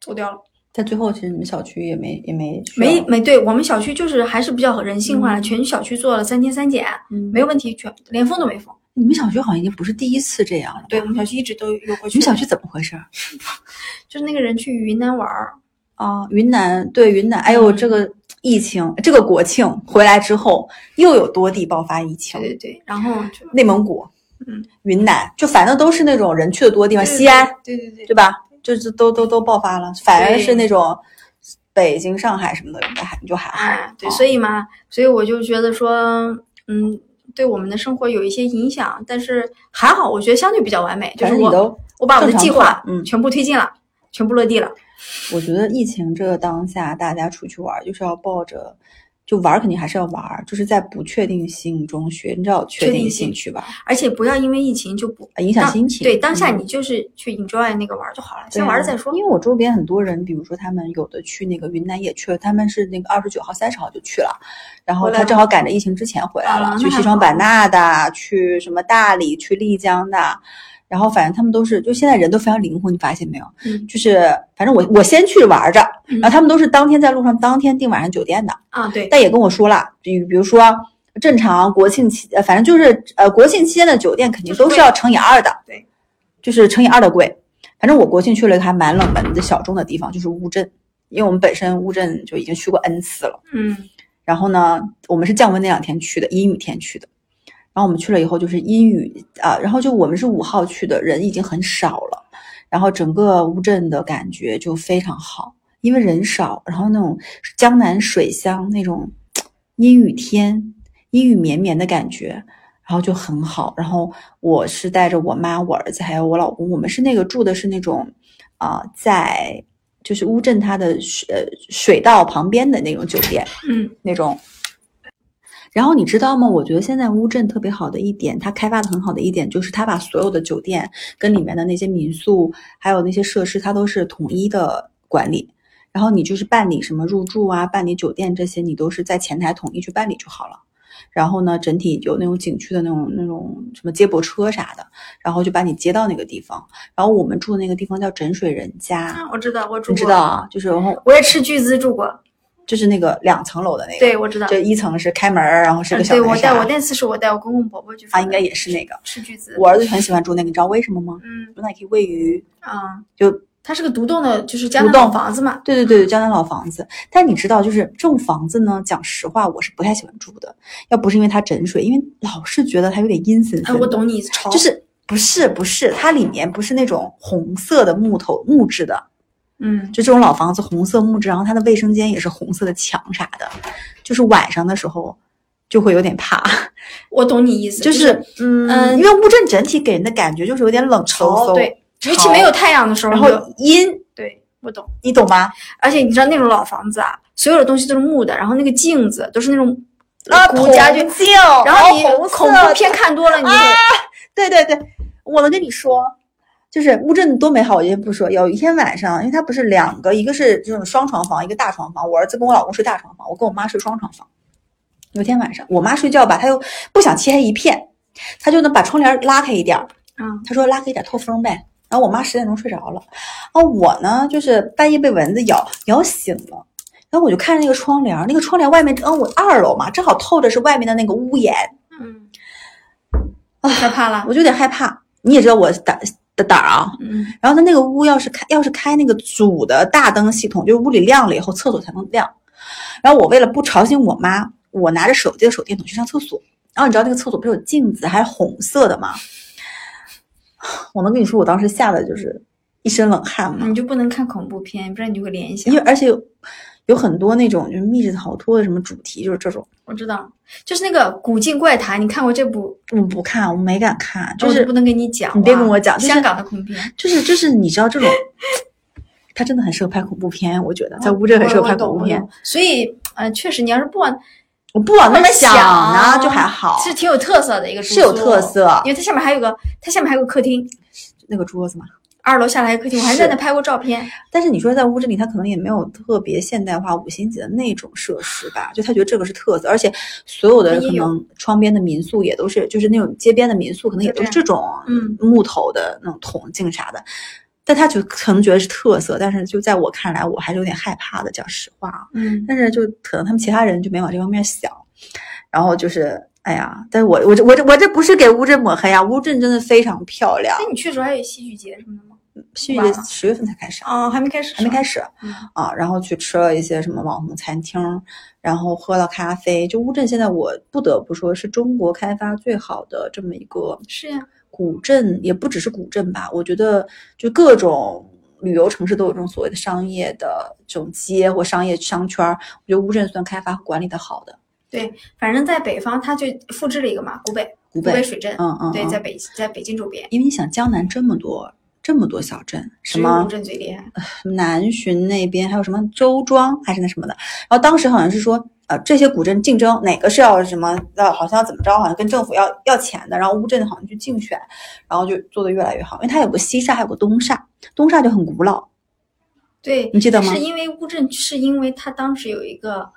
走掉了。在最后，其实你们小区也没也没需要没没对我们小区就是还是比较人性化的，啊嗯全小区做了三天三检，嗯没有问题，全连封都没封。你们小区好像已经不是第一次这样了。对我们小区一直都有过你去。们小区怎么回事儿就是那个人去云南玩儿，啊？云南对云南，哎呦，嗯这个疫情，这个国庆回来之后又有多地爆发疫情对，对对，然后就内蒙古，嗯，云南，就反正都是那种人去的多地方，西安，，对对对对对吧？就是都都都爆发了，反而是那种北京、上海什么的，应该还就还好哎，。对，所以嘛，所以我就觉得说，嗯，对我们的生活有一些影响，但是还好，我觉得相对比较完美，就反是正你我都，我把我的计划正常做了嗯全部推进了，全部落地了，我觉得疫情这个当下，大家出去玩儿就是要抱着。就玩儿肯定还是要玩儿，就是在不确定性中寻找确确定定性性去玩儿，而且不要因为疫情就不啊影响当心情。对当下嗯你就是去 enjoy 那个玩儿就好了，对先玩啊儿再说。因为我周边很多人，比如说他们有的去那个云南也去了，他们是那个二十九号、三十号就去了，然后回来他了正好赶着疫情之前回来了，啊那去西还双好版纳的，去什么大理、去丽江的，然后反正他们都是，就现在人都非常灵活，你发现没有？嗯就是反正我我先去玩着，嗯然后他们都是当天在路上，当天订晚上酒店的，啊，对，但也跟我说了，比比如说。正常国庆期，呃，反正就是呃，国庆期间的酒店肯定都是要乘以二的，对，就是乘以二的贵。反正我国庆去了一个还蛮冷门的小众的地方，就是乌镇，因为我们本身乌镇就已经去过 n 次了。嗯，然后呢，我们是降温那两天去的，阴雨天去的。然后我们去了以后就是阴雨啊，然后就我们是五号去的，人已经很少了，然后整个乌镇的感觉就非常好，因为人少，然后那种江南水乡那种嘖阴雨天、阴雨绵绵的感觉，然后就很好。然后我是带着我妈、我儿子还有我老公，我们是那个住的是那种啊、在就是乌镇它的水呃水道旁边的那种酒店，嗯，那种。然后你知道吗？我觉得现在乌镇特别好的一点，它开发的很好的一点，就是它把所有的酒店跟里面的那些民宿，还有那些设施，它都是统一的管理。然后你就是办理什么入住啊、办理酒店这些，你都是在前台统一去办理就好了。然后呢，整体有那种景区的那种那种什么接驳车啥的，然后就把你接到那个地方。然后我们住的那个地方叫枕水人家，啊，我知道，我住你过，知道，啊？就是然后我也斥巨资住过，就是那个两层楼的那个，对，我知道，就一层是开门儿，然后是嗯个小对我白带沙我那次是我带我公公婆婆去住的，啊，应该也是那个。斥巨资，我儿子很喜欢住那个，你知道为什么吗？嗯那可以喂鱼。啊，就它是个独栋的，就是江南独栋老房子嘛，对对对，江南老房子。但你知道，就是这种房子呢，讲实话，我是不太喜欢住的。要不是因为它枕水，因为老是觉得它有点阴森哎，森。我懂你潮，就是不是不是，它里面不是那种红色的木头木质的，嗯，就这种老房子红色木质，然后它的卫生间也是红色的墙啥的，就是晚上的时候就会有点怕。我懂你意思，就是是嗯嗯因为乌镇整体给人的感觉就是有点冷飕潮，飕，哦对，潮尤其没有太阳的时候然就，后阴，对我懂，你懂吗？而且你知道那种老房子啊，所有的东西都是木的，然后那个镜子都是那种啊，古家具铜。镜，然后你哦红色恐的啊怖片，看多了，你就会对对对，我能跟你说。就是乌镇多美好，我就不说。有一天晚上，因为它不是两个，一个是这种双床房，一个大床房。我儿子跟我老公睡大床房，我跟我妈睡双床房。有一天晚上，我妈睡觉吧，她又不想漆黑一片，她就能把窗帘拉开一点儿，嗯他说拉黑一点透风呗。然后我妈十点钟睡着了，啊，我呢就是半夜被蚊子咬咬醒了，然后我就看着那个窗帘儿，那个窗帘外面，嗯，我二楼嘛，正好透着是外面的那个屋檐，嗯，害怕 (laughs) 了，我就有点害怕。你也知道我胆的胆儿啊。嗯然后他那个屋要是开要是开那个主的大灯系统，就是屋里亮了以后厕所才能亮。然后我为了不吵醒我妈，我拿着手机的手电筒去上厕所。然后你知道那个厕所不是有镜子，还是红色的吗？ (sighs) 我能跟你说，我当时吓得就是一身冷汗吗？你就不能看恐怖片，不然你就会联想因为。而且有有很多那种就是密室逃脱的什么主题，就是这种我知道，就是那个《古镜怪谈》，你看过这部？我不看，我没敢看，就我是都不能哦跟你讲哇，你别跟我讲就是香港的恐怖片，就是就是你知道这种，他真的很适合拍恐怖片，我觉得在乌镇很适合拍恐怖片我。懂。我懂所以，呃，确实，你要是不往我不往那么想呢，就还好。是挺有特色的一个住宿是有特色因为它下面还有个，它下面还有个客厅，那个桌子嘛，二楼下来还有客厅，我还是在那拍过照片。但是你说在乌镇里，他可能也没有特别现代化五星级的那种设施吧？就他觉得这个是特色，而且所有的它也可有能窗边的民宿也都是，就是那种街边的民宿，可能也就这都是样这种嗯木头的那种铜镜啥的。但他就可能觉得是特色，但是就在我看来，我还是有点害怕的，讲实话啊。嗯，但是就可能他们其他人就没往这方面想，然后就是哎呀，但是我我这我这我这不是给乌镇抹黑啊，乌镇真的非常漂亮那。你去的时候还有戏剧节什么的吗？嗯戏剧完节了十月份才开始，哦，还没开始，还没开始嗯啊，然后去吃了一些什么网红餐厅，然后喝了咖啡。就乌镇现在我不得不说是中国开发最好的这么一个是呀，古镇，也不只是古镇吧，我觉得就各种。旅游城市都有这种所谓的商业的这种街或商业商圈儿，我觉得乌镇算开发和管理的好的。对，反正在北方，它就复制了一个嘛，古北，古古北水镇，嗯嗯，对，嗯在北在北京周边，因为你想江南这么多这么多小镇，什只有么乌镇最厉害。南浔那边，还有什么周庄还是那什么的，然后当时好像是说，呃，这些古镇竞争哪个是要什么，要好像要怎么着，好像跟政府要要钱的，然后乌镇好像去竞选，然后就做的越来越好，因为它有个西栅，还有个东栅，东栅就很古老，对，你记得吗是因为乌镇，是因为他当时有一个，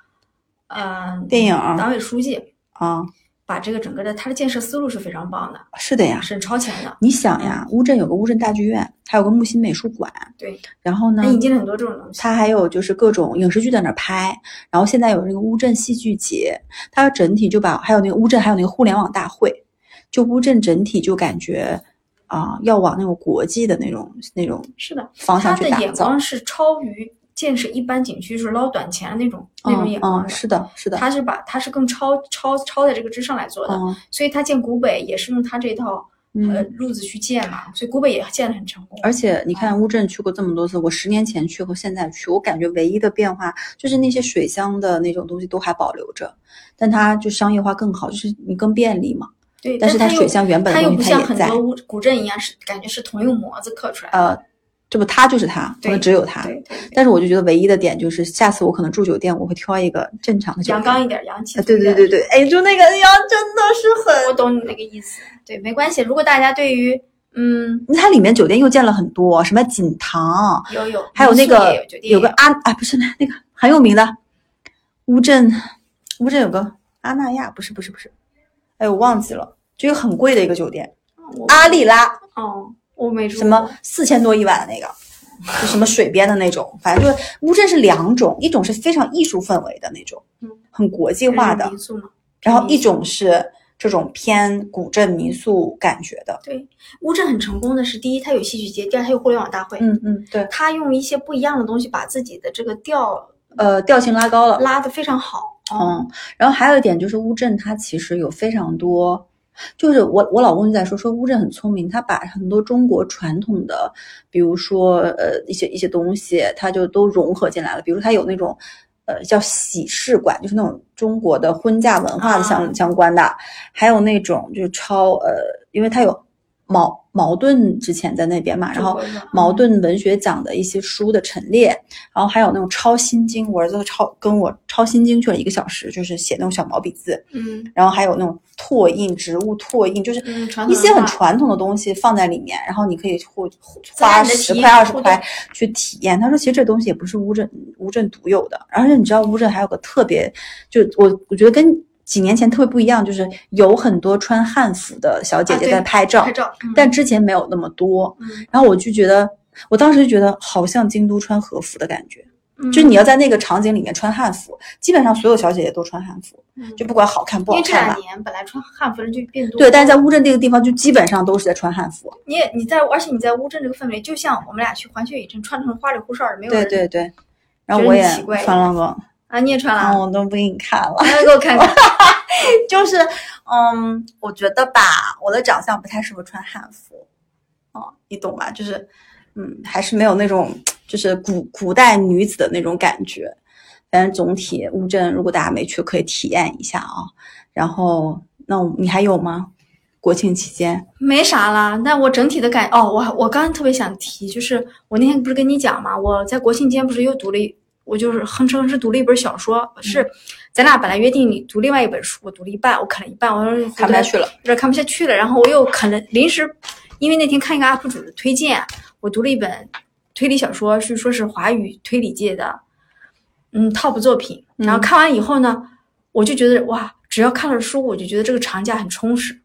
呃，电影党啊委书记啊把这个整个的它的建设思路是非常棒的，是的呀。是超前的。你想呀，乌镇有个乌镇大剧院，还有个木心美术馆，对，然后呢它，引进了很多这种东西。它还有就是各种影视剧在那儿拍，然后现在有这个乌镇戏剧节，它整体就把还有那个乌镇还有那个互联网大会，就乌镇整体就感觉啊、要往那种国际的那种那种是的，方他向去的打眼造光。是超于建设一般景区是捞短钱那种那种嗯眼光嗯，的。是的，是的，他是把他是更超超超在这个之上来做的，嗯所以他建古北也是用他这套呃嗯。路子去建嘛，所以古北也建得很成功。而且你看乌镇去过这么多次，我十年前去和现在去，我感觉唯一的变化就是那些水乡的那种东西都还保留着，但它就商业化更好，就是你更便利嘛。对，但是它它又水乡原本它的又东不西它像也很在多，古古镇一样是感觉是同用模子刻出来的。呃，这不它就是它，可对能只有它。对对对，但是我就觉得唯一的点就是，下次我可能住酒店，我会挑一个正常的酒阳店。刚一点，阳气啊，对足一对点对对，哎，就那个阳真的是我很，懂你那个意思。对，没关系。如果大家对于嗯它里面酒店又建了很多，什么锦堂，有有，还有民那宿个也有酒店有个也阿啊，不是那个很有名的乌镇，乌镇有个阿那亚，不是不是不是，哎，我忘记了，就一个很贵的一个酒店，有阿丽拉哦，我没住什么过四千多一晚的那个，就什么水边的那种，反正就是乌镇是两种，一种是非常艺术氛围的那种嗯，很国际化日的本民，宿嘛。然后一种是这种偏古镇民宿感觉的，对，乌镇很成功的是，第一它有戏剧节，第二它有互联网大会，嗯嗯，对，它用一些不一样的东西把自己的这个调呃，调性拉高了。拉得非常好。嗯，然后还有一点就是乌镇，它其实有非常多，就是我我老公就在说说乌镇很聪明，他把很多中国传统的，比如说呃一些一些东西，它就都融合进来了。比如它有那种呃叫喜事馆，就是那种中国的婚嫁文化的相、啊相关的，还有那种就是超呃，因为它有矛矛盾之前在那边嘛，然后中国的矛盾文学奖的一些书的陈列，然后还有那种抄心经，我儿子都抄跟我抄心经去了一个小时，就是写那种小毛笔字，嗯然后还有那种拓印植物拓印，就是嗯传一统些文很化传统的东西放在里面，然后你可以互互自然花地十体块验二十互块动去体验。他说，其实这东西也不是乌镇乌镇独有的，而且你知道乌镇还有个特别，就我我觉得跟几年前特别不一样，就是有很多穿汉服的小姐啊姐对在拍照，拍照，嗯但之前没有那么多。嗯然后我就觉得，我当时就觉得好像京都穿和服的感觉，嗯就你要在那个场景里面穿汉服，基本上所有小姐姐都穿汉服，嗯就不管好看不因为好这看两吧。年本来穿汉服人就变多，对，但是在乌镇这个地方，就基本上都是在穿汉服。你也你在，而且你在乌镇这个氛围，就像我们俩去环球影城穿成花里胡哨的，没有对人对对。然觉后得我你也奇怪穿了个，啊，你也穿然了， (laughs) 后我都不给你看了。来给我看看，就是，嗯，我觉得吧，我的长相不太适合穿汉服，哦，你懂吧？就是，嗯，还是没有那种就是古古代女子的那种感觉。反正总体乌镇，如果大家没去，可以体验一下啊。然后，那我你还有吗？国庆期间，没啥啦，但我整体的感哦，我我刚刚特别想提，就是我那天不是跟你讲嘛，我在国庆期间不是又读了一，我就是哼哧哼哧读了一本小说，是嗯咱俩本来约定你读另外一本书，我读了一半，我啃了一半，我说看不下去了，有点看不下去了，然后我又啃了，临时因为那天看一个 UP 主的推荐，我读了一本推理小说，是说是华语推理界的嗯 top 作品，然后嗯看完以后呢，我就觉得哇，只要看了书，我就觉得这个长假很充实。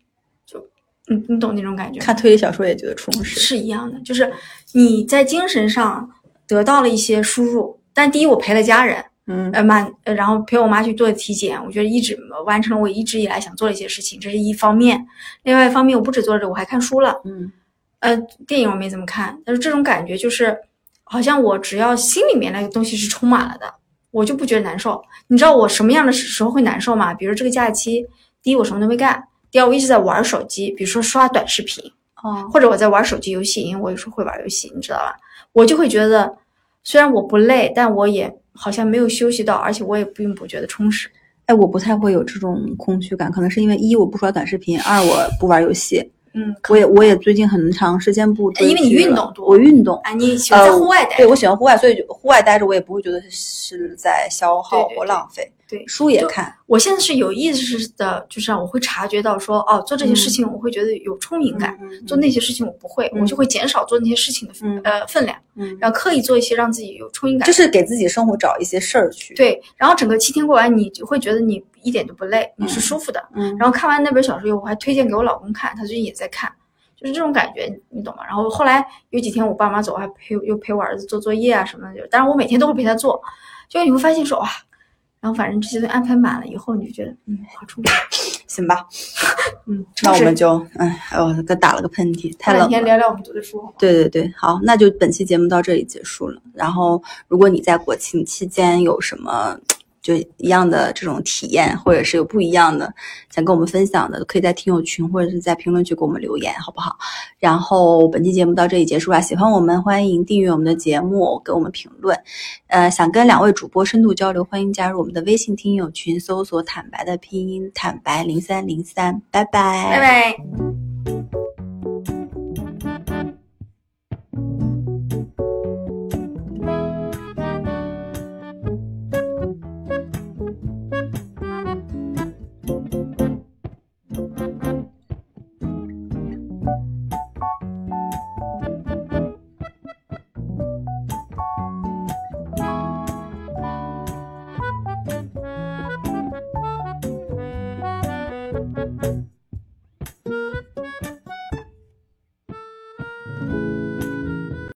你你懂那种感觉吗？看推理小说也觉得充实。是一样的，就是你在精神上得到了一些输入，但第一我陪了家人，嗯呃满，呃然后陪我妈去做体检，我觉得一直完成了我一直以来想做的一些事情，这是一方面。另外一方面，我不止做这个，我还看书了。嗯，呃，电影我没怎么看，但是这种感觉就是，好像我只要心里面那个东西是充满了的，我就不觉得难受。你知道我什么样的时候会难受吗？比如这个假期，第一我什么都没干，第二我一直在玩手机，比如说刷短视频，哦，或者我在玩手机游戏，因为我有时候会玩游戏，你知道吧？我就会觉得，虽然我不累，但我也好像没有休息到，而且我也并不觉得充实。哎，我不太会有这种空虚感，可能是因为一我不刷短视频，二我不玩游戏，嗯，哎我也我也最近很长时间不追因为你剧运了动多我运动，呃啊，你喜欢在户外待对，我喜欢户外，所以就户外待着我也不会觉得是在消耗对对或对浪费。对，书也看，我现在是有意识的，就是我会察觉到说，哦，做这些事情我会觉得有充盈感，嗯做那些事情我不会，嗯我就会减少做那些事情的、嗯呃分量，嗯，然后刻意做一些让自己有充盈感。就是给自己生活找一些事儿去。，对，然后整个七天过完，你就会觉得你一点都不累，你是舒服的。嗯，然后看完那本小说以后，我还推荐给我老公看，他最近也在看，就是这种感觉，你懂吗？然后后来有几天我爸妈走，我还陪又陪我儿子做作业啊什么的，当然我每天都会陪他做，就你会发现说哇，然后反正这些都安排满了以后，你就觉得嗯好充实，行吧，嗯，那充我实们就，哎，哎我跟打了个喷嚏，太过两冷天了。聊聊我们读的书好吗？对对对，好，那就本期节目到这里结束了。然后，如果你在国庆期间有什么就一样的这种体验，或者是有不一样的想跟我们分享的，可以在听友群或者是在评论区给我们留言，好不好？然后本期节目到这里结束了，喜欢我们欢迎订阅我们的节目，给我们评论。呃，想跟两位主播深度交流，欢迎加入我们的微信听友群，搜索“坦白”的拼音“坦白零三零三”，拜拜，拜拜。